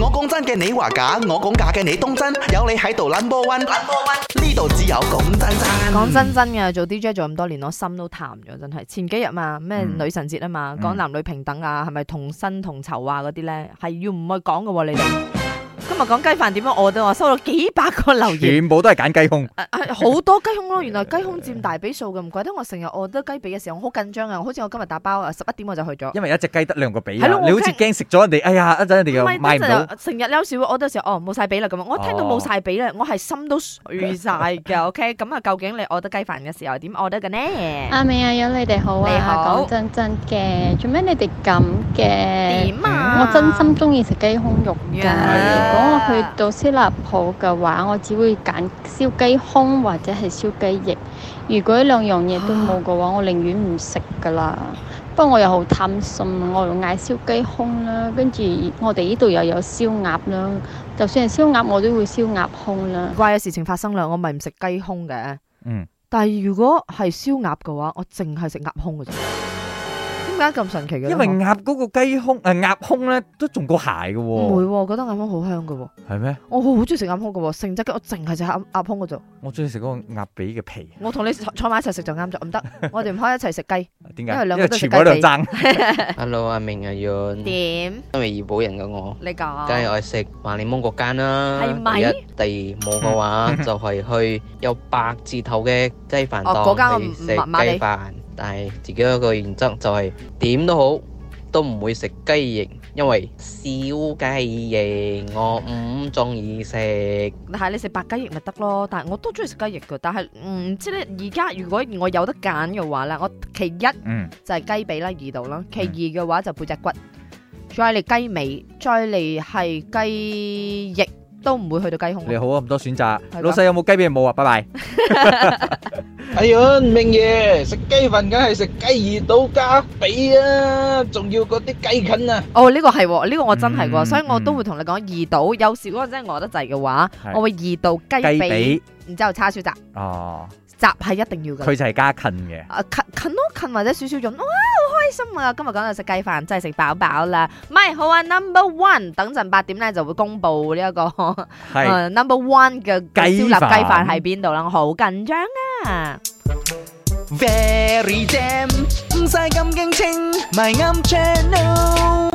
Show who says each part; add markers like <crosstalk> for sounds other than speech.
Speaker 1: 我講真嘅，你話假；我講假嘅，你當真。有你喺度 number one，number one，呢度只有講真真。
Speaker 2: 講真真嘅，做 DJ 做咁多年，我心都淡咗，真係。前幾日嘛，咩
Speaker 3: 嗯
Speaker 2: 女神節啊嘛，
Speaker 3: 嗯
Speaker 2: 講男女平等啊，係咪同薪同酬啊嗰啲咧，係要唔去講嘅喎，你哋。今日講雞飯點樣我都我收到幾百個留言，
Speaker 3: 全部都係揀雞胸。
Speaker 2: 啊啊好多雞胸咯，原來雞胸佔大比數嘅，唔怪得我成日我得雞髀嘅時候，我好緊張啊！好似我今日打包啊，十一點我就去咗。
Speaker 3: 因為一隻雞得兩個髀啊，
Speaker 2: 係咯我
Speaker 3: 你好似驚食咗人哋，哎呀，一陣人哋又
Speaker 2: 唔係
Speaker 3: 賣唔
Speaker 2: 等陣
Speaker 3: 到。
Speaker 2: 就成日有時會我到時候哦冇晒髀啦咁樣，我聽到冇晒髀咧，我係心都碎晒嘅。OK，咁啊，究竟你我得雞飯嘅時候係點我得嘅
Speaker 4: <laughs>
Speaker 2: 呢？
Speaker 4: 阿美阿友，你哋好
Speaker 2: 你好
Speaker 4: 啊！講真真嘅，做咩你哋咁嘅？
Speaker 2: 點啊？
Speaker 4: 我真心中意食雞胸肉㗎。如果我去到燒臘鋪嘅話，我只會揀燒雞胸或者係燒雞翼。如果呢兩樣嘢都冇嘅話，我寧願唔食㗎啦。不過我又好貪心，啊我又嗌燒雞胸啦，跟住我哋呢度又有燒鴨啦。就算係燒鴨，我都會燒鴨胸啦。
Speaker 2: 怪嘅事情發生啦，我咪唔食雞胸嘅。
Speaker 3: 嗯，
Speaker 2: 但係如果係燒鴨嘅話，我淨係食鴨胸嘅啫。點解咁神奇嘅咧？
Speaker 3: 因為鴨嗰個雞胸誒鴨胸咧都仲過蟹嘅
Speaker 2: 唔會
Speaker 3: 喎，
Speaker 2: 喎，我覺得鴨胸好香嘅喎，
Speaker 3: 係咩？
Speaker 2: 我好中意食鴨胸嘅喎，成隻雞我淨係食鴨鴨胸嘅啫。
Speaker 3: <laughs> 我中意食嗰個鴨髀嘅皮，
Speaker 2: 我同你坐坐埋一齊食就啱咗，唔得，我哋唔可以一齊食雞。
Speaker 3: 點
Speaker 2: 因
Speaker 3: 解？
Speaker 2: 為兩
Speaker 3: 因
Speaker 2: 個
Speaker 3: 為
Speaker 2: 都係食
Speaker 3: 全部喺度
Speaker 2: 雞髀 <laughs>
Speaker 3: 爭。
Speaker 5: Hello 阿明阿潤，因
Speaker 2: 點？
Speaker 5: 為怡保人嘅我，
Speaker 2: 你講。
Speaker 5: 梗係愛食萬里芒果間啦。
Speaker 2: 係咪
Speaker 5: 第一第二冇嘅話，就係去有白字頭嘅雞飯
Speaker 2: 哦嗰間我
Speaker 5: 檔
Speaker 2: 唔
Speaker 5: 去食
Speaker 2: 麻麻地
Speaker 5: 雞飯，但係自己一個原則就係點都好都唔會食雞翼，因為燒雞翼我唔中意食。
Speaker 2: 係你食白雞翼咪得咯，但係我都中意食雞翼嘅，但係嗯唔知咧，而家如果我有得揀嘅話咧，我其一就
Speaker 3: 嗯，
Speaker 2: 係雞髀啦、二度啦，其二嘅話就背脊骨，再嚟雞尾，再嚟係雞翼，都唔會去到雞胸。
Speaker 3: 你好啊，咁多選擇。
Speaker 2: 係
Speaker 3: 老細有冇雞髀冇啊？拜拜。
Speaker 6: 哎呀，明爺食雞飯梗係食雞二到加髀啊，仲要嗰啲雞筋啊！
Speaker 2: 哦，呢個係喎，呢個我真係喎，
Speaker 3: 嗯
Speaker 2: 所以我都
Speaker 3: 嗯
Speaker 2: 會同你講二度，有時如果真係餓得滯嘅話，
Speaker 3: 係
Speaker 2: 我會二度雞
Speaker 3: 雞
Speaker 2: 髀，
Speaker 3: 髀
Speaker 2: 然之後叉燒雜，
Speaker 3: 哦，
Speaker 2: 雜係一定要嘅。
Speaker 3: 佢就係加近嘅。
Speaker 2: 啊近近咯，近或者少少潤，哇好開心啊！今日講到食雞飯，真係食飽飽啦。唔係好啊，Number One，等陣八點咧就會公布呢、一個、
Speaker 3: 係，
Speaker 2: 呃 Number One 嘅
Speaker 3: 雞
Speaker 2: 燒
Speaker 3: 飯
Speaker 2: 臘雞飯喺邊度啦，我好緊張啊！
Speaker 1: Very jam，唔使咁驚青，咪啱 channel。